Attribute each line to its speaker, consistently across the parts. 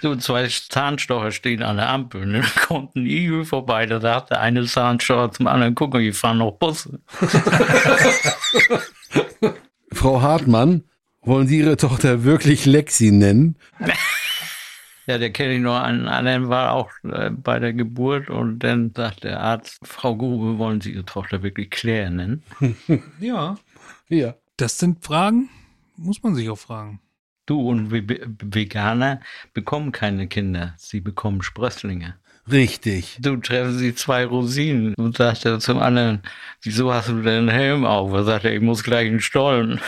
Speaker 1: So zwei Zahnstocher stehen an der Ampel. Ne? Da kommt ein Igel vorbei, da sagt der eine Zahnstocher zum anderen, guck mal, hier fahren noch Busse.
Speaker 2: Frau Hartmann, wollen Sie Ihre Tochter wirklich Lexi nennen?
Speaker 1: Ja, der kenne ich noch einen anderen, war auch äh, bei der Geburt und dann sagt der Arzt, Frau Grube, wollen Sie Ihre Tochter wirklich Claire nennen?
Speaker 3: Ja,
Speaker 2: Ja.
Speaker 3: das sind Fragen, muss man sich auch fragen.
Speaker 1: Du und Ve Ve- Veganer bekommen keine Kinder, sie bekommen Sprösslinge.
Speaker 2: Richtig.
Speaker 1: Du treffen sie zwei Rosinen und sagt er zum anderen, wieso hast du denn einen Helm auf? Er sagt er, ich muss gleich in den Stollen.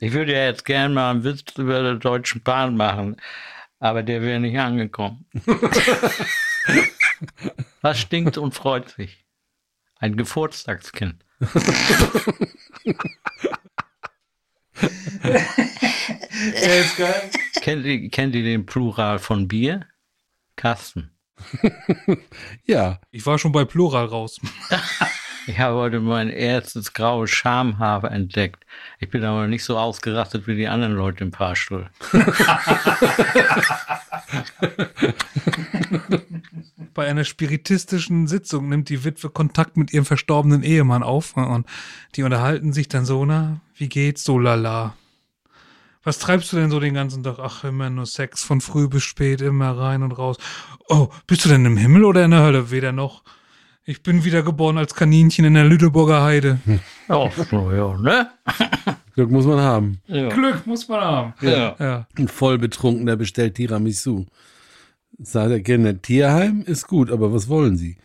Speaker 1: ich würde ja jetzt gerne mal einen Witz über der Deutschen Bahn machen, aber der wäre nicht angekommen. Was stinkt und freut sich? Ein Geburtstagskind. Kennt ihr, kennt ihr den Plural von Bier? Kasten.
Speaker 2: Ja.
Speaker 3: Ich war schon bei Plural raus.
Speaker 1: Ich habe heute mein erstes graues Schamhaar entdeckt. Ich bin aber nicht so ausgerastet wie die anderen Leute im Fahrstuhl.
Speaker 3: Bei einer spiritistischen Sitzung nimmt die Witwe Kontakt mit ihrem verstorbenen Ehemann auf ne, und die unterhalten sich dann so, na, wie geht's so, lala. Was treibst du denn so den ganzen Tag? Ach, immer nur Sex, von früh bis spät, immer rein und raus. Oh, bist du denn im Himmel oder in der Hölle? Weder noch. Ich bin wiedergeboren als Kaninchen in der Lüdeburger Heide.
Speaker 1: Oh, so, ja, ne?
Speaker 2: Glück muss man haben.
Speaker 1: Ja.
Speaker 3: Glück muss man haben.
Speaker 1: Ja.
Speaker 3: Ja.
Speaker 2: Ein Vollbetrunkener bestellt Tiramisu. Sagt er gerne Tierheim? Ist gut, aber was wollen Sie?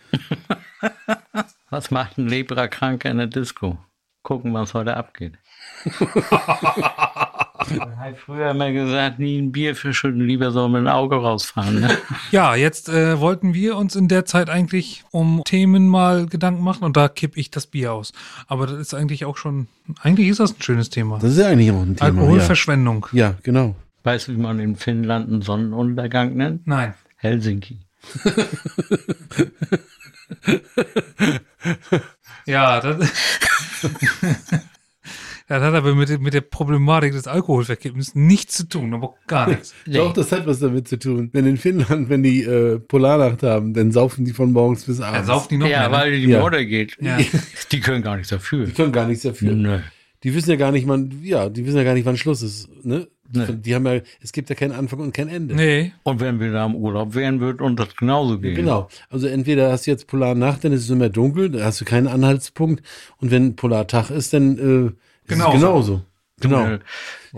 Speaker 1: Was macht ein Leprakranker in der Disco? Gucken, was heute abgeht. Man hat früher immer gesagt, nie ein Bier verschütten, lieber soll mit dem Auge rausfahren. Ne?
Speaker 3: Ja, jetzt äh, wollten wir uns in der Zeit eigentlich um Themen mal Gedanken machen und da kipp ich das Bier aus. Aber das ist eigentlich auch schon, eigentlich ist das ein schönes Thema.
Speaker 2: Das ist ja eigentlich auch ein Thema. ja.
Speaker 3: Alkoholverschwendung.
Speaker 2: ja, genau.
Speaker 1: Weißt du, wie man in Finnland einen Sonnenuntergang nennt?
Speaker 3: Nein.
Speaker 1: Helsinki.
Speaker 3: Ja, das, das hat aber mit, mit der Problematik des Alkoholverkippens nichts zu tun, aber gar nichts.
Speaker 2: Doch, das hat was damit zu tun. Denn in Finnland, wenn die äh, Polarnacht haben, dann saufen die von morgens bis abends.
Speaker 3: Er sauft die noch
Speaker 1: ja,
Speaker 3: mehr. ne?
Speaker 1: weil die
Speaker 2: Ja.
Speaker 1: Mutter geht.
Speaker 3: Ja.
Speaker 1: Die können gar nichts dafür.
Speaker 2: Die können gar nichts dafür.
Speaker 1: Nö.
Speaker 2: Die wissen ja gar nicht, wann, ja, die wissen ja gar nicht, wann Schluss ist. Ne?
Speaker 1: Nee.
Speaker 2: Die haben ja, es gibt ja keinen Anfang und kein Ende.
Speaker 3: Nee,
Speaker 1: Und wenn wir da im Urlaub wären, würde uns das genauso gehen.
Speaker 2: Genau. Also entweder hast du jetzt Polarnacht, dann ist es immer dunkel, da hast du keinen Anhaltspunkt. Und wenn Polartag ist, dann äh, ist
Speaker 3: Genauso.
Speaker 2: es genauso. Genau.
Speaker 1: Äh,
Speaker 2: Die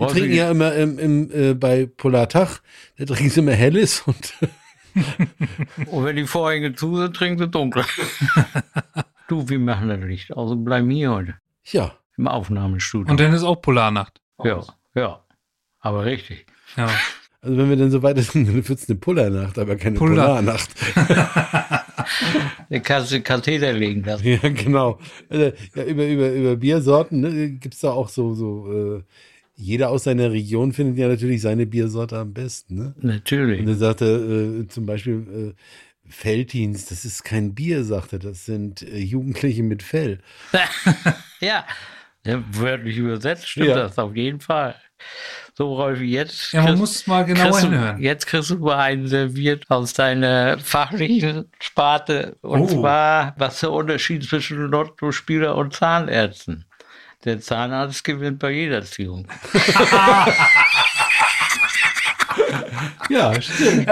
Speaker 1: Wolfi,
Speaker 2: trinken ja immer im, im, äh, bei Polartag, da trinken sie immer helles und
Speaker 1: Und wenn die Vorhänge zu sind, trinken sie dunkel. du, wir machen das Licht aus und bleiben hier heute.
Speaker 2: ja,
Speaker 1: Im Aufnahmestudio.
Speaker 3: und dann ist auch Polarnacht.
Speaker 1: ja, ja. Aber richtig.
Speaker 3: Ja.
Speaker 2: also wenn wir dann so weit sind, dann wird's eine Polarnacht, aber keine
Speaker 3: Polar-
Speaker 2: Polarnacht.
Speaker 1: Der kannst du Katheter legen lassen.
Speaker 2: Ja, genau. Also, ja, über, über, über Biersorten ne, gibt es da auch so, so äh, jeder aus seiner Region findet ja natürlich seine Biersorte am besten. Ne? Und
Speaker 1: Natürlich.
Speaker 2: dann sagt er äh, zum Beispiel äh, Felddienst, das ist kein Bier, sagt er, das sind äh, Jugendliche mit Fell.
Speaker 1: ja. ja. Wörtlich übersetzt stimmt
Speaker 2: Ja.
Speaker 1: das auf jeden Fall. So, Rolfi, jetzt.
Speaker 3: ja, man
Speaker 1: kriegst-
Speaker 3: muss mal genauer
Speaker 1: kriegst du,
Speaker 3: Genau hinhören.
Speaker 1: jetzt kriegst du mal einen serviert aus deiner fachlichen Sparte. Und
Speaker 3: Oh.
Speaker 1: zwar, was der Unterschied zwischen Lottospieler und Zahnärzten? Der Zahnarzt gewinnt bei jeder Ziehung.
Speaker 2: Ja, stimmt.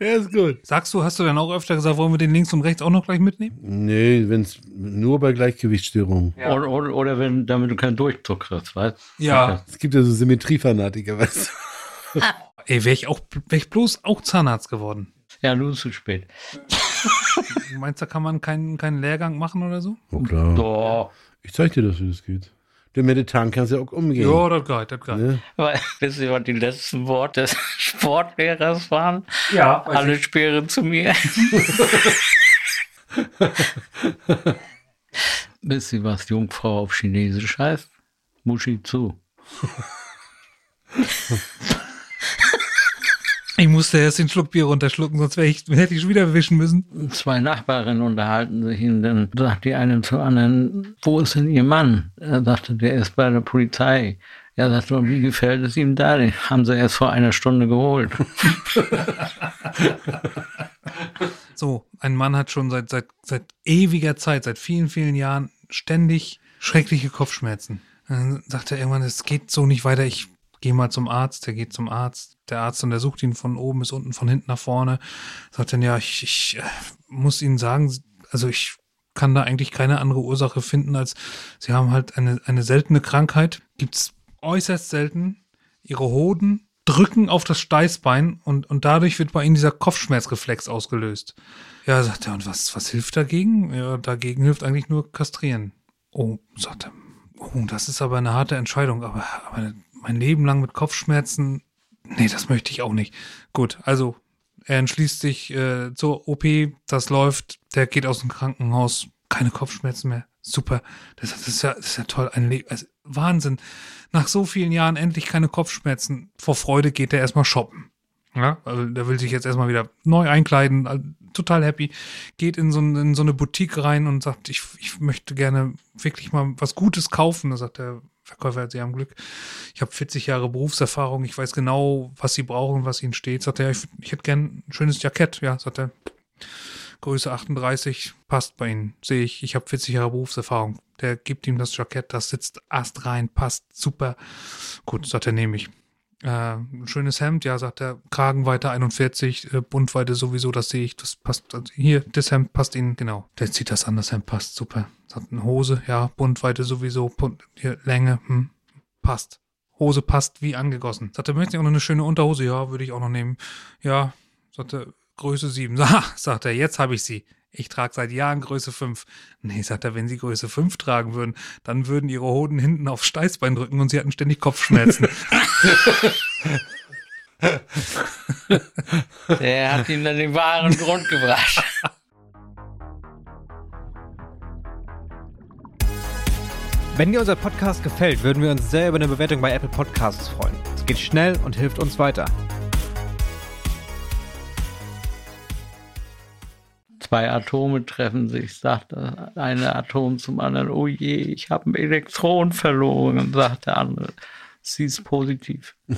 Speaker 2: ja, ist gut.
Speaker 3: Sagst du, hast du dann auch öfter gesagt, wollen wir den links und rechts auch noch gleich mitnehmen?
Speaker 2: Nee, wenn es nur bei Gleichgewichtsstörungen.
Speaker 1: Und, und, oder wenn, damit du keinen Durchdruck kriegst, weißt du?
Speaker 3: Ja.
Speaker 2: Es gibt ja so Symmetriefanatiker, weißt du?
Speaker 3: Ey, wäre ich auch, wäre ich bloß auch Zahnarzt geworden.
Speaker 1: Ja, nun zu spät.
Speaker 3: Du meinst, da kann man keinen, keinen Lehrgang machen oder so?
Speaker 2: Oh, klar.
Speaker 1: Doch.
Speaker 2: Ich zeig dir das, wie das geht. denn mit den Tagen kannst du ja auch umgehen.
Speaker 3: Ja, das geht, das geht.
Speaker 2: Ne?
Speaker 1: Weil, wisst ihr, was die letzten Worte des Sportlehrers waren?
Speaker 3: Ja, weiß
Speaker 1: Alle Speere zu mir. Wisst ihr, was Jungfrau auf Chinesisch heißt? Muschi zu.
Speaker 3: Ich musste erst den Schluck Bier runterschlucken, sonst wär ich, hätte ich schon wieder wischen müssen.
Speaker 1: Zwei Nachbarinnen unterhalten sich und dann sagt die eine zur anderen, wo ist denn ihr Mann? Er sagte, der ist bei der Polizei. Er sagte, und wie gefällt es ihm da? Den haben sie erst vor einer Stunde geholt.
Speaker 3: So, ein Mann hat schon seit, seit, seit ewiger Zeit, seit vielen, vielen Jahren ständig schreckliche Kopfschmerzen. Dann sagt er irgendwann, es geht so nicht weiter, ich gehe mal zum Arzt, der geht zum Arzt. Der Arzt untersucht ihn von oben bis unten, von hinten nach vorne. Sagt dann, ja, ich, ich äh, muss Ihnen sagen, also ich kann da eigentlich keine andere Ursache finden, als Sie haben halt eine, eine seltene Krankheit, gibt's äußerst selten. Ihre Hoden drücken auf das Steißbein und, und dadurch wird bei Ihnen dieser Kopfschmerzreflex ausgelöst. Ja, sagt er, und was, was hilft dagegen? Ja, dagegen hilft eigentlich nur kastrieren. Oh, sagt er, oh, das ist aber eine harte Entscheidung, aber, aber mein Leben lang mit Kopfschmerzen, nee, das möchte ich auch nicht. Gut, also er entschließt sich äh, zur OP, das läuft, der geht aus dem Krankenhaus, keine Kopfschmerzen mehr, super. Das, das, ist, ja, das ist ja toll, ein Leben, also Wahnsinn. Nach so vielen Jahren endlich keine Kopfschmerzen, vor Freude geht er erstmal shoppen. Ja, also der will sich jetzt erstmal wieder neu einkleiden, also total happy, geht in so, ein- in so eine Boutique rein und sagt, ich, ich möchte gerne wirklich mal was Gutes kaufen. Da sagt der Verkäufer, Sie haben Glück, ich habe 40 Jahre Berufserfahrung, ich weiß genau, was Sie brauchen, was Ihnen steht. Sagt er, ja, ich, ich hätte gern ein schönes Jackett. Ja, sagt er, Größe 38, passt bei Ihnen, sehe ich, ich habe 40 Jahre Berufserfahrung. Der gibt ihm das Jackett, das sitzt ast rein, passt super. Gut, sagt er, nehme ich. Äh, ein schönes Hemd, ja, sagt er. Kragenweite 41, äh, Buntweite sowieso, das sehe ich. Das passt. Also hier, das Hemd passt Ihnen, genau. Der zieht das an, das Hemd passt, super. Sagt eine Hose, ja, Buntweite sowieso, Bund, hier, Länge, hm, passt. Hose passt wie angegossen. Sagt er, möchte ich auch noch eine schöne Unterhose? Ja, würde ich auch noch nehmen. Ja, sagt er, Größe 7. Ah, sagt er, jetzt habe ich sie. Ich trage seit Jahren Größe 5. Nee, sagt er, wenn sie Größe 5 tragen würden, dann würden ihre Hoden hinten aufs Steißbein drücken und sie hatten ständig Kopfschmerzen.
Speaker 1: Der hat ihn dann den wahren Grund gebracht.
Speaker 4: Wenn dir unser Podcast gefällt, würden wir uns sehr über eine Bewertung bei Apple Podcasts freuen. Es geht schnell und hilft uns weiter.
Speaker 1: Zwei Atome treffen sich, sagt das eine Atom zum anderen, oh je, ich habe ein Elektron verloren, und sagt der andere, sie ist positiv.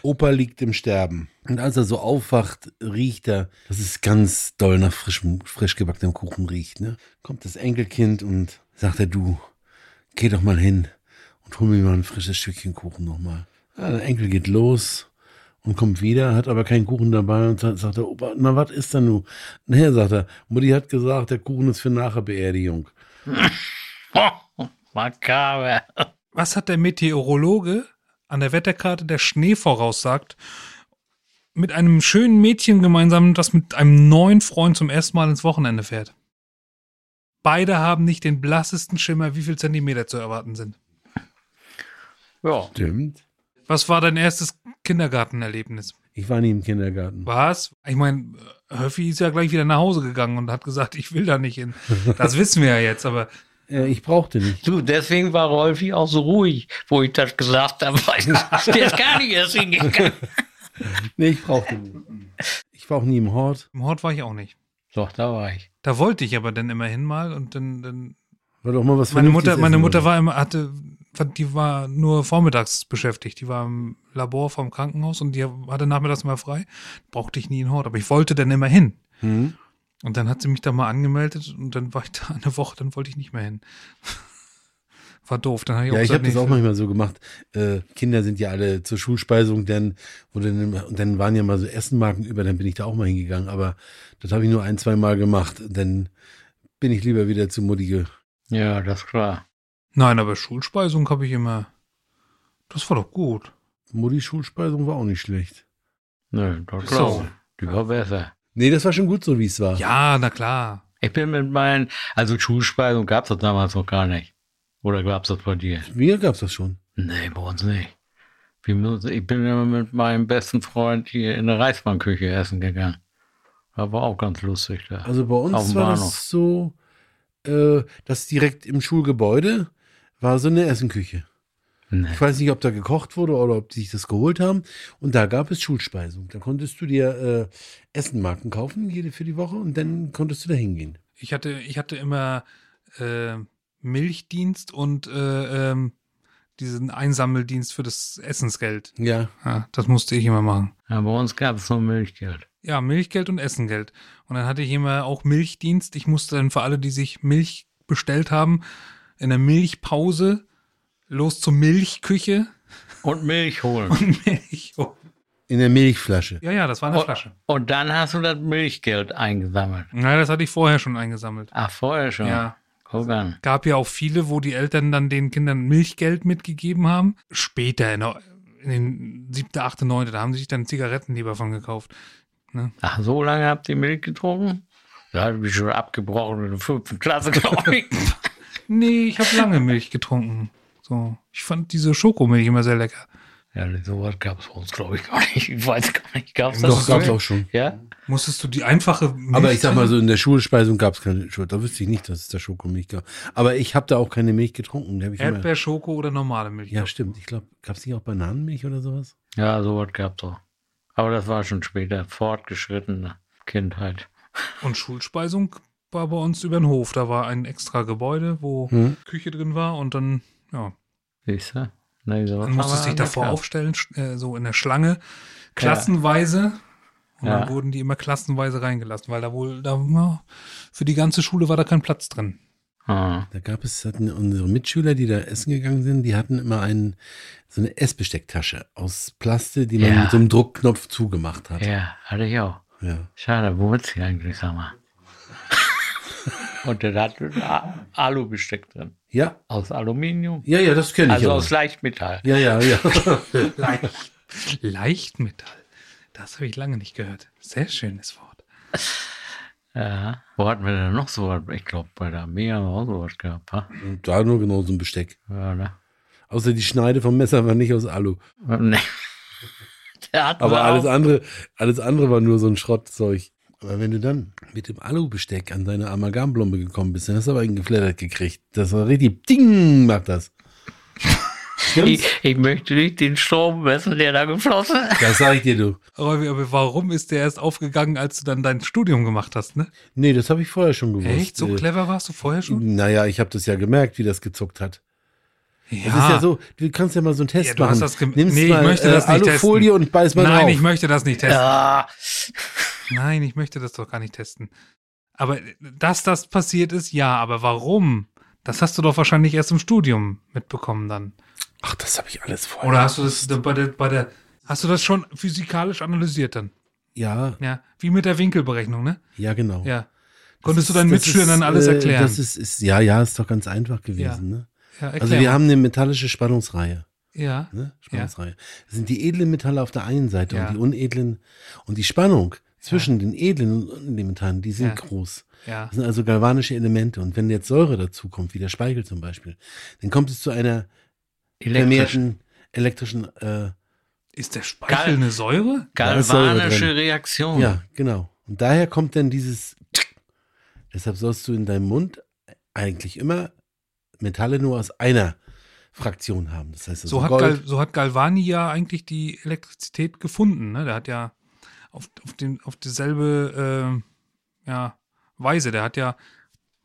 Speaker 2: Opa liegt im Sterben. Und als er so aufwacht, riecht er, dass es ganz doll nach frischem, frisch gebackenem Kuchen riecht. Ne? Kommt das Enkelkind und sagt er, du, geh doch mal hin und hol mir mal ein frisches Stückchen Kuchen nochmal. Ja, der Enkel geht los und kommt wieder, hat aber keinen Kuchen dabei und sa- sagt er, Opa, na was ist denn nun? Naja, sagt er, Mutti hat gesagt, der Kuchen ist für nachher Beerdigung.
Speaker 1: Oh, makaber.
Speaker 3: was hat der Meteorologe an der Wetterkarte der Schnee voraussagt, mit einem schönen Mädchen gemeinsam, das mit einem neuen Freund zum ersten Mal ins Wochenende fährt. Beide haben nicht den blassesten Schimmer, wie viel Zentimeter zu erwarten sind.
Speaker 1: Ja,
Speaker 2: Stimmt.
Speaker 3: Was war dein erstes Kindergartenerlebnis?
Speaker 2: Ich war nie im Kindergarten.
Speaker 3: Was? Ich meine, Höffi ist ja gleich wieder nach Hause gegangen und hat gesagt, ich will da nicht hin. Das wissen wir ja jetzt, aber
Speaker 2: Äh, ich brauchte nicht.
Speaker 1: du, deswegen war Rolfi auch so ruhig, wo ich das gesagt habe, weil der ist gar nicht erst hingegangen.
Speaker 2: Nee, ich brauchte nicht. Ich war auch nie im Hort.
Speaker 3: im Hort war ich auch nicht.
Speaker 1: Doch, da war ich.
Speaker 3: Da wollte ich aber dann immerhin mal und dann, dann
Speaker 2: War doch mal was
Speaker 3: Meine
Speaker 2: Vernünftiges
Speaker 3: Mutter, meine
Speaker 2: essen,
Speaker 3: Mutter
Speaker 2: oder?
Speaker 3: war immer, hatte, die war nur vormittags beschäftigt. Die war im Labor vom Krankenhaus und die hatte nachmittags mal frei. Brauchte ich nie in Hort, aber ich wollte dann immer hin.
Speaker 2: Hm?
Speaker 3: Und dann hat sie mich da mal angemeldet und dann war ich da eine Woche, dann wollte ich nicht mehr hin. War doof. Dann habe ich auch
Speaker 2: Ja, ich
Speaker 3: gesagt,
Speaker 2: habe das
Speaker 3: nee,
Speaker 2: auch manchmal so gemacht. Äh, Kinder sind ja alle zur Schulspeisung, denn wo dann, immer- und dann waren ja mal so Essenmarken über, dann bin ich da auch mal hingegangen, aber das habe ich nur ein, zwei Mal gemacht. Dann bin ich lieber wieder zu Mutti. ge-
Speaker 1: Ja, das ist klar.
Speaker 3: Nein, aber Schulspeisung habe ich immer. Das war doch gut.
Speaker 2: Mutti Schulspeisung war auch nicht schlecht.
Speaker 1: Nö, das
Speaker 3: So.
Speaker 1: klar. Die war besser.
Speaker 2: Nee, das war schon gut so, wie es war.
Speaker 3: Ja, na klar.
Speaker 1: Ich bin mit meinen, also Schulspeisung gab es das damals noch gar nicht. Oder gab es das bei dir?
Speaker 2: Mir gab's das schon.
Speaker 1: Nee, bei uns nicht. Wir müssen, ich bin immer mit meinem besten Freund hier in der Reisbahnküche essen gegangen. Das war auch ganz lustig da.
Speaker 2: Also bei
Speaker 1: Auf
Speaker 2: uns
Speaker 1: dem
Speaker 2: war
Speaker 1: Bahnhof.
Speaker 2: das so, äh, dass direkt im Schulgebäude war so eine Essenküche.
Speaker 1: nee.
Speaker 2: Ich weiß nicht, ob da gekocht wurde oder ob die sich das geholt haben. Und da gab es Schulspeisung. Da konntest du dir äh, Essenmarken kaufen, jede für die Woche, und dann konntest du da hingehen.
Speaker 3: Ich hatte, ich hatte immer äh, Milchdienst und äh, ähm, diesen Einsammeldienst für das Essensgeld.
Speaker 2: Ja.
Speaker 3: Ja, das musste ich immer machen.
Speaker 1: ja, bei uns gab es nur Milchgeld.
Speaker 3: Ja, Milchgeld und Essengeld. Und dann hatte ich immer auch Milchdienst. Ich musste dann für alle, die sich Milch bestellt haben, in der Milchpause los zur Milchküche
Speaker 1: Und Milch holen.
Speaker 3: und Milch. Oh.
Speaker 2: In der Milchflasche.
Speaker 3: Ja, ja, das war eine
Speaker 1: Oh.
Speaker 3: Flasche.
Speaker 1: Und dann hast du das Milchgeld eingesammelt.
Speaker 3: Ja, das hatte ich vorher schon eingesammelt.
Speaker 1: Ach, vorher schon.
Speaker 3: Ja.
Speaker 1: Guck an.
Speaker 3: gab ja auch viele, wo die Eltern dann den Kindern Milchgeld mitgegeben haben. Später, in, der- in den siebte, achte, neunte, da haben sie sich dann Zigaretten lieber von gekauft.
Speaker 1: Ach, so lange habt ihr Milch getrunken? Da hab ich schon abgebrochen in der fünften Klasse, glaube ich.
Speaker 3: Nee, ich habe lange Milch getrunken. So, ich fand diese Schokomilch immer sehr lecker.
Speaker 1: ja, nee, sowas gab es bei uns, glaube ich, gar nicht. Ich weiß gar nicht, gab es das?
Speaker 2: Doch, gab's auch schon.
Speaker 1: Ja?
Speaker 3: Musstest du die einfache Milch
Speaker 2: Aber ich sag mal so, in der Schulspeisung gab's keine Schuld. Da wüsste ich nicht, dass es da Schokomilch gab. Aber ich habe da auch keine Milch getrunken. Da hab ich immer,
Speaker 3: Erdbeer, Schoko oder normale Milch?
Speaker 2: ja, stimmt. Ich glaube, gab's nicht auch Bananenmilch oder sowas?
Speaker 1: Ja, sowas gab es auch. Aber das war schon später, fortgeschrittene Kindheit.
Speaker 3: Und Schulspeisung war bei uns über den Hof. Da war ein extra Gebäude, wo
Speaker 2: Hm.
Speaker 3: Küche drin war und dann, ja,
Speaker 1: Siehst du? Nee, sowas
Speaker 3: Dann musstest du
Speaker 1: haben
Speaker 3: dich
Speaker 1: wir
Speaker 3: davor
Speaker 1: nicht gehabt.
Speaker 3: aufstellen, sch- äh, so in der Schlange, klassenweise. Und
Speaker 1: Ja.
Speaker 3: dann wurden die immer klassenweise reingelassen, weil da wohl, da, ja, für die ganze Schule war da kein Platz drin.
Speaker 1: Ah.
Speaker 2: Da gab es, hatten unsere Mitschüler, die da essen gegangen sind, die hatten immer einen, so eine Essbestecktasche aus Plaste, die man
Speaker 1: Ja.
Speaker 2: mit so einem Druckknopf zugemacht hat.
Speaker 1: Ja, hatte ich auch.
Speaker 2: Ja.
Speaker 1: Schade, wo ist sie eigentlich, sag mal? Und der hat ein A- Alubesteck drin.
Speaker 2: Ja,
Speaker 1: Aus Aluminium.
Speaker 2: ja, ja das kenne ich.
Speaker 1: Also
Speaker 2: aber.
Speaker 1: aus Leichtmetall.
Speaker 2: ja, ja, ja.
Speaker 3: Leichtmetall. Das habe ich lange nicht gehört. Sehr schönes Wort.
Speaker 1: Ja. Wo hatten wir denn noch sowas? Ich glaube, bei der Armee haben wir auch sowas gehabt. Ha?
Speaker 2: Und da nur genau so ein Besteck.
Speaker 1: Ja, ne?
Speaker 2: Außer die Schneide vom Messer war nicht aus Alu.
Speaker 1: Nee. Der hat
Speaker 2: Aber
Speaker 1: wir
Speaker 2: alles
Speaker 1: auch.
Speaker 2: andere, alles andere war nur so ein Schrottzeug. Aber wenn du dann mit dem Alubesteck an deine Amalgamblombe gekommen bist, dann hast du aber einen geflattert gekriegt. Das war richtig Ding, macht das. Stimmt's?
Speaker 1: Ich, ich möchte nicht den Strom messen, der da geflossen ist.
Speaker 2: Das sag ich dir, du.
Speaker 3: Aber, wie- aber warum ist der erst aufgegangen, als du dann dein Studium gemacht hast, ne?
Speaker 2: Nee, das habe ich vorher schon gewusst.
Speaker 3: Echt? So
Speaker 2: Äh,
Speaker 3: clever warst du vorher schon?
Speaker 2: Naja, ich habe das ja gemerkt, wie das gezuckt hat.
Speaker 3: Ja.
Speaker 2: Das ist ja so, du kannst ja mal so einen Test
Speaker 3: Ja, du
Speaker 2: machen.
Speaker 3: hast das gem-
Speaker 2: Nimmst
Speaker 3: Nee, ich
Speaker 2: mal
Speaker 3: möchte das
Speaker 2: äh,
Speaker 3: nicht
Speaker 2: Alufolie
Speaker 3: testen.
Speaker 2: und beiß mal
Speaker 3: Nein,
Speaker 2: drauf.
Speaker 3: ich möchte das nicht testen.
Speaker 1: Ja.
Speaker 3: Nein, ich möchte das doch gar nicht testen. Aber äh, dass das passiert ist, ja, aber warum? Das hast du doch wahrscheinlich erst im Studium mitbekommen dann.
Speaker 2: Ach, das habe ich alles vorher.
Speaker 3: Oder hast du das bei der, bei der hast du das schon physikalisch analysiert dann?
Speaker 2: Ja,
Speaker 3: Ja, wie mit der Winkelberechnung, ne?
Speaker 2: ja, genau. Das
Speaker 3: Ja. Konntest
Speaker 2: ist-
Speaker 3: du deinen
Speaker 2: das
Speaker 3: Mitschülern
Speaker 2: ist,
Speaker 3: dann alles
Speaker 2: äh,
Speaker 3: erklären?
Speaker 2: Das ist, ist, ja, ja, ist doch ganz einfach
Speaker 3: Ja.
Speaker 2: gewesen. Ne?
Speaker 3: ja, erklär
Speaker 2: Also wir
Speaker 3: mal.
Speaker 2: haben eine metallische Spannungsreihe.
Speaker 3: ja,
Speaker 2: Ne? Spannungsreihe. Das sind die edlen Metalle auf der einen Seite
Speaker 3: Ja.
Speaker 2: und die unedlen. Und die Spannung zwischen den edlen und den Metallen, die sind
Speaker 3: Ja.
Speaker 2: groß.
Speaker 3: ja,
Speaker 2: Das sind also galvanische Elemente. Und wenn jetzt Säure dazukommt, wie der Speichel zum Beispiel, dann kommt es zu einer
Speaker 1: Elektrisch.
Speaker 2: vermehrten elektrischen, äh,
Speaker 3: ist der Speichel eine Säure?
Speaker 2: Da ist Säure
Speaker 1: Galvanische
Speaker 2: drin.
Speaker 3: Oh.
Speaker 1: Reaktion.
Speaker 2: ja, genau. Und daher kommt dann dieses, deshalb sollst du in deinem Mund eigentlich immer Metalle nur aus einer Fraktion haben. Das heißt, also
Speaker 3: So hat,
Speaker 2: Gold,
Speaker 3: Gal, so hat Galvani ja eigentlich die Elektrizität gefunden. Ne? Der hat ja auf, auf, den, auf dieselbe äh, ja, Weise, der hat ja,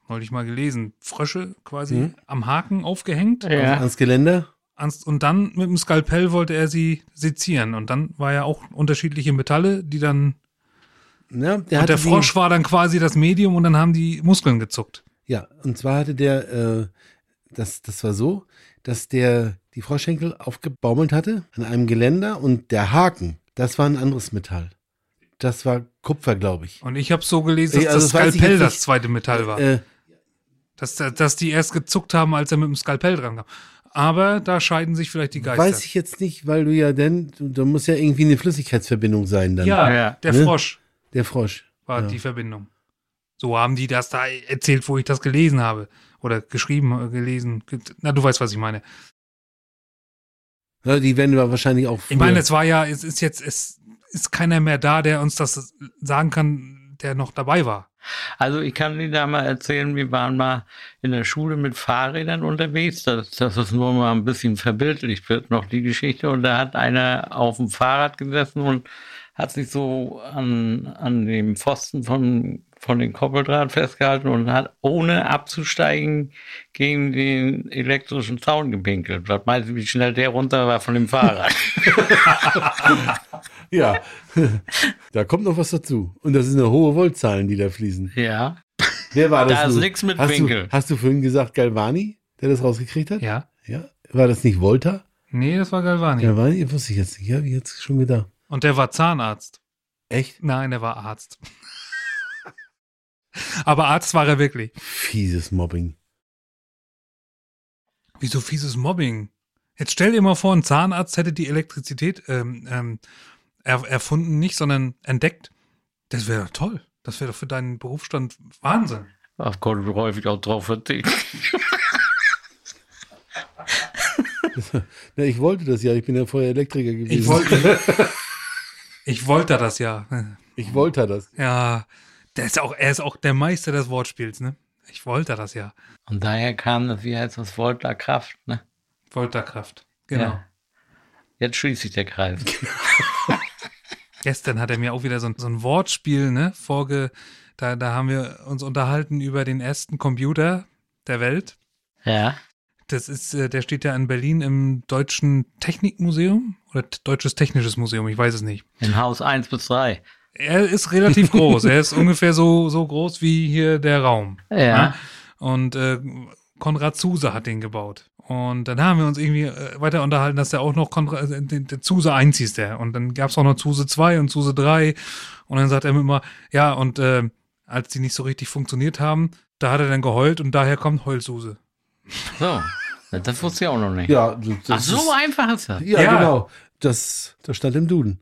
Speaker 3: neulich mal gelesen, Frösche quasi
Speaker 2: Mhm.
Speaker 3: am Haken aufgehängt
Speaker 1: Ja.
Speaker 2: ans Geländer.
Speaker 3: Ans- und dann mit dem Skalpell wollte er sie sezieren. Und dann war ja auch unterschiedliche Metalle, die dann.
Speaker 2: Ja, der
Speaker 3: und
Speaker 2: hatte
Speaker 3: der Frosch
Speaker 2: Die,
Speaker 3: war dann quasi das Medium und dann haben die Muskeln gezuckt.
Speaker 2: ja, und zwar hatte der, äh, das, das war so, dass der die Froschschenkel aufgebaumelt hatte an einem Geländer und der Haken, das war ein anderes Metall. Das war Kupfer, glaube ich.
Speaker 3: Und ich habe so gelesen, dass
Speaker 2: Ey, also
Speaker 3: das
Speaker 2: das weiß ich
Speaker 3: Skalpell
Speaker 2: jetzt
Speaker 3: das
Speaker 2: nicht.
Speaker 3: zweite Metall war.
Speaker 2: Äh,
Speaker 3: Dass, dass die erst gezuckt haben, als er mit dem Skalpell dran kam. Aber da scheiden sich vielleicht die Geister.
Speaker 2: Weiß ich jetzt nicht, weil du ja dann, du, da muss ja irgendwie eine Flüssigkeitsverbindung sein dann.
Speaker 3: ja,
Speaker 1: Ja.
Speaker 3: der
Speaker 2: Ne?
Speaker 3: Frosch
Speaker 2: Der Frosch.
Speaker 3: war
Speaker 2: Ja.
Speaker 3: die Verbindung. So haben die das da erzählt, wo ich das gelesen habe. Oder geschrieben, äh, gelesen. ge- Na, du weißt, was ich meine.
Speaker 2: Ja, die werden wir wahrscheinlich auch.
Speaker 3: Ich meine,
Speaker 2: früher-
Speaker 3: es war ja, es ist jetzt, es ist keiner mehr da, der uns das sagen kann, der noch dabei war.
Speaker 1: Also ich kann Ihnen da mal erzählen, wir waren mal in der Schule mit Fahrrädern unterwegs, dass, dass es nur mal ein bisschen verbildlicht wird, noch die Geschichte. Und da hat einer auf dem Fahrrad gesessen und hat sich so an, an dem Pfosten von, von dem Koppeldraht festgehalten und hat ohne abzusteigen gegen den elektrischen Zaun gepinkelt. Was meinst du, wie schnell der runter war von dem Fahrrad?
Speaker 2: Ja. da kommt noch was dazu. Und das sind eine hohe Voltzahlen, die da fließen.
Speaker 1: ja.
Speaker 2: Wer war das?
Speaker 1: Da ist
Speaker 2: nun?
Speaker 1: nix mit
Speaker 2: hast
Speaker 1: Winkel.
Speaker 2: Du, hast du vorhin gesagt Galvani, der das rausgekriegt hat?
Speaker 3: Ja.
Speaker 2: Ja. War das nicht Volta?
Speaker 3: Nee, das war Galvani.
Speaker 2: Galvani, wusste ich jetzt nicht. Habe ich jetzt schon gedacht.
Speaker 3: Und der war Zahnarzt.
Speaker 2: Echt?
Speaker 3: Nein, der war Arzt. Aber Arzt war er wirklich.
Speaker 2: Fieses Mobbing.
Speaker 3: Wieso fieses Mobbing? Jetzt stell dir mal vor, ein Zahnarzt hätte die Elektrizität ähm, ähm, er, erfunden, nicht, sondern entdeckt. Das wäre doch toll. Das wäre doch für deinen Berufsstand Wahnsinn.
Speaker 1: Auf Gott, wir häufig auch drauf verzichten.
Speaker 2: Na, ich wollte das ja. Ich bin ja vorher Elektriker gewesen.
Speaker 3: Ich wollte, ich wollte das ja.
Speaker 2: ich wollte das.
Speaker 3: Ja, der ist auch, er ist auch der Meister des Wortspiels, ne? Ich wollte das ja.
Speaker 1: Und daher kam das wie heißt das Wort der Kraft, ne?
Speaker 3: Wolterkraft. Genau.
Speaker 1: Ja. Jetzt schließt sich der Kreis.
Speaker 3: Gestern hat er mir auch wieder so ein, so ein Wortspiel, ne? Vorge, da, da haben wir uns unterhalten über den ersten Computer der Welt.
Speaker 1: Ja.
Speaker 3: Das ist, äh, der steht ja in Berlin im Deutschen Technikmuseum oder T- Deutsches Technisches Museum, ich weiß es nicht.
Speaker 1: In Haus 1 bis 3.
Speaker 3: Er ist relativ groß. Er ist ungefähr so, so groß wie hier der Raum.
Speaker 1: Ja.
Speaker 3: ne? Und äh, Konrad Zuse hat den gebaut. Und dann haben wir uns irgendwie äh, weiter unterhalten, dass der auch noch Konrad, äh, den- der Zuse 1 hieß der. Und dann gab es auch noch Zuse 2 und Zuse 3. Und dann sagt er mir immer, ja, und äh, als die nicht so richtig funktioniert haben, da hat er dann geheult und daher kommt Heulsuse.
Speaker 1: So. Na, Das wusste ich auch noch nicht.
Speaker 2: Ja, das
Speaker 1: Ach,
Speaker 2: ist,
Speaker 1: so einfach ist das.
Speaker 2: ja,
Speaker 3: Ja.
Speaker 2: genau. Das, das stand im Duden.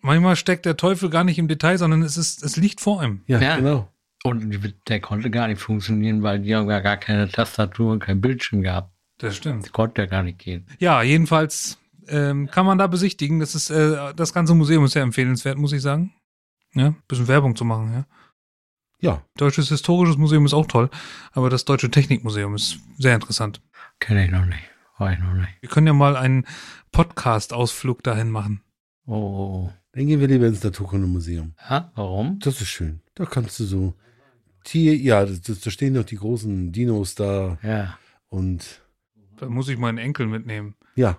Speaker 3: Manchmal steckt der Teufel gar nicht im Detail, sondern es, ist, es liegt vor ihm.
Speaker 2: Ja,
Speaker 1: Ja.
Speaker 2: genau.
Speaker 1: Und die- der konnte gar nicht funktionieren, weil die haben ja gar keine Tastatur und kein Bildschirm gehabt.
Speaker 3: Das stimmt.
Speaker 1: Das konnte ja gar nicht gehen.
Speaker 3: Ja, jedenfalls ähm, kann man da besichtigen. Das ist äh, das ganze Museum ist sehr empfehlenswert, muss ich sagen. Ja, bisschen Werbung zu machen, ja.
Speaker 2: Ja,
Speaker 3: Deutsches Historisches Museum ist auch toll, aber das Deutsche Technikmuseum ist sehr interessant.
Speaker 1: Kenne ich noch nicht. Weiß ich noch nicht.
Speaker 3: Wir können ja mal einen Podcast-Ausflug dahin machen.
Speaker 1: Oh, oh, oh.
Speaker 2: dann gehen wir lieber ins Naturkundemuseum.
Speaker 1: Ja, warum?
Speaker 2: Das ist schön. Da kannst du so Tier, ja, das, das, da stehen noch die großen Dinos da
Speaker 1: Ja.
Speaker 2: und
Speaker 3: Da muss ich meinen Enkel mitnehmen.
Speaker 2: ja.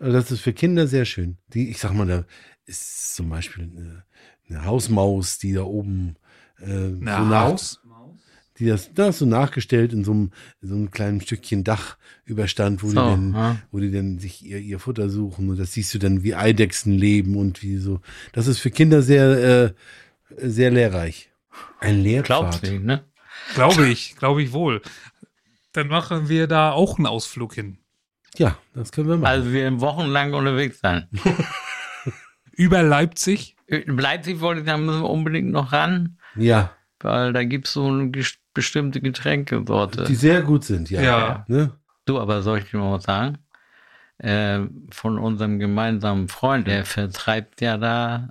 Speaker 2: Also das ist für Kinder sehr schön. Die, ich sag mal, da ist zum Beispiel eine, eine Hausmaus, die da oben äh, so nach- die das, das so nachgestellt in so einem, in so einem kleinen Stückchen Dach überstand, wo die
Speaker 1: So,
Speaker 2: dann
Speaker 1: ja.
Speaker 2: wo die dann sich ihr, ihr Futter suchen und das siehst du dann, wie Eidechsen leben und wie so. Das ist für Kinder sehr, äh, sehr lehrreich. Ein
Speaker 1: Glaubst
Speaker 2: Lehrpfad.
Speaker 1: du, nicht, ne?
Speaker 3: Glaube ich, glaube ich wohl. Dann machen wir da auch einen Ausflug hin.
Speaker 2: Ja, das können wir machen.
Speaker 1: Also wir werden wochenlang unterwegs sein.
Speaker 3: Über Leipzig.
Speaker 1: In Leipzig wollte ich sagen, müssen wir unbedingt noch ran.
Speaker 2: ja,
Speaker 1: Weil da gibt es so eine ges- bestimmte
Speaker 2: die
Speaker 1: Getränkesorte.
Speaker 2: sehr gut sind, ja.
Speaker 3: Ja.
Speaker 2: Ne?
Speaker 1: Du, aber soll ich dir mal was sagen? Äh, von unserem gemeinsamen Freund, der vertreibt ja da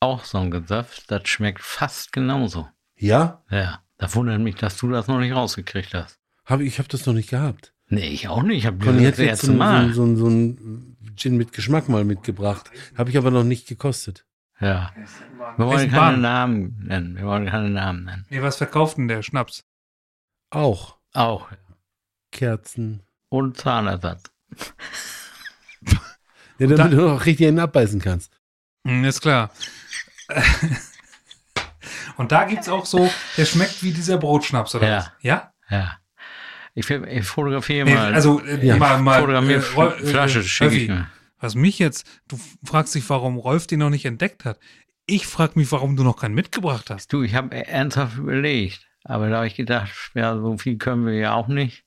Speaker 1: auch so ein Gesöff. Das schmeckt fast genauso.
Speaker 2: Ja,
Speaker 1: Ja, da wundert mich, dass du das noch nicht rausgekriegt hast.
Speaker 2: hab, ich habe das noch nicht gehabt.
Speaker 1: Nee, ich auch nicht. Ich habe
Speaker 2: Conny
Speaker 1: das
Speaker 2: hat jetzt so,
Speaker 1: erste
Speaker 2: ein-
Speaker 1: Mal.
Speaker 2: so, ein- so, ein- so ein Gin mit Geschmack mal mitgebracht. Habe ich aber noch nicht gekostet.
Speaker 1: Ja. Wir wollen keine
Speaker 3: Eisenbahn.
Speaker 1: Namen nennen. Wir wollen keine Namen nennen.
Speaker 3: Nee, was verkauft denn der Schnaps?
Speaker 2: Auch
Speaker 1: Auch.
Speaker 2: Kerzen.
Speaker 1: Und Zahnersatz.
Speaker 2: Ja,
Speaker 3: Und
Speaker 2: damit du auch richtig einen abbeißen kannst.
Speaker 3: Hm, Ist klar. Und da gibt's auch so, der schmeckt wie dieser Brotschnaps, oder
Speaker 1: Ja.
Speaker 3: was? Ja?
Speaker 1: Ja. Ich, ich fotografiere
Speaker 3: Nee,
Speaker 1: mal.
Speaker 3: also äh,
Speaker 2: Ja.
Speaker 3: mal, mal
Speaker 1: fotografiere
Speaker 3: äh, Rolf- äh,
Speaker 1: Flasche, schicke
Speaker 3: Röffi,
Speaker 1: ich mir.
Speaker 3: Was mich jetzt, du fragst dich, warum Rolf den noch nicht entdeckt hat. Ich frage mich, warum du noch keinen mitgebracht hast.
Speaker 1: Du, ich habe ernsthaft überlegt, aber da habe ich gedacht, ja, so viel können wir ja auch nicht.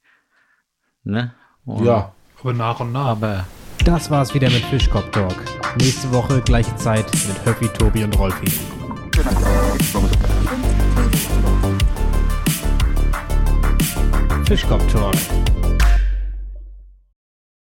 Speaker 1: Ne? Und-
Speaker 2: Ja.
Speaker 3: Aber nach und nach.
Speaker 1: Aber
Speaker 4: Das war's wieder mit Fischkopf Talk. Nächste Woche gleiche Zeit mit Höffi, Tobi und Rolfi. Fischkopfturm.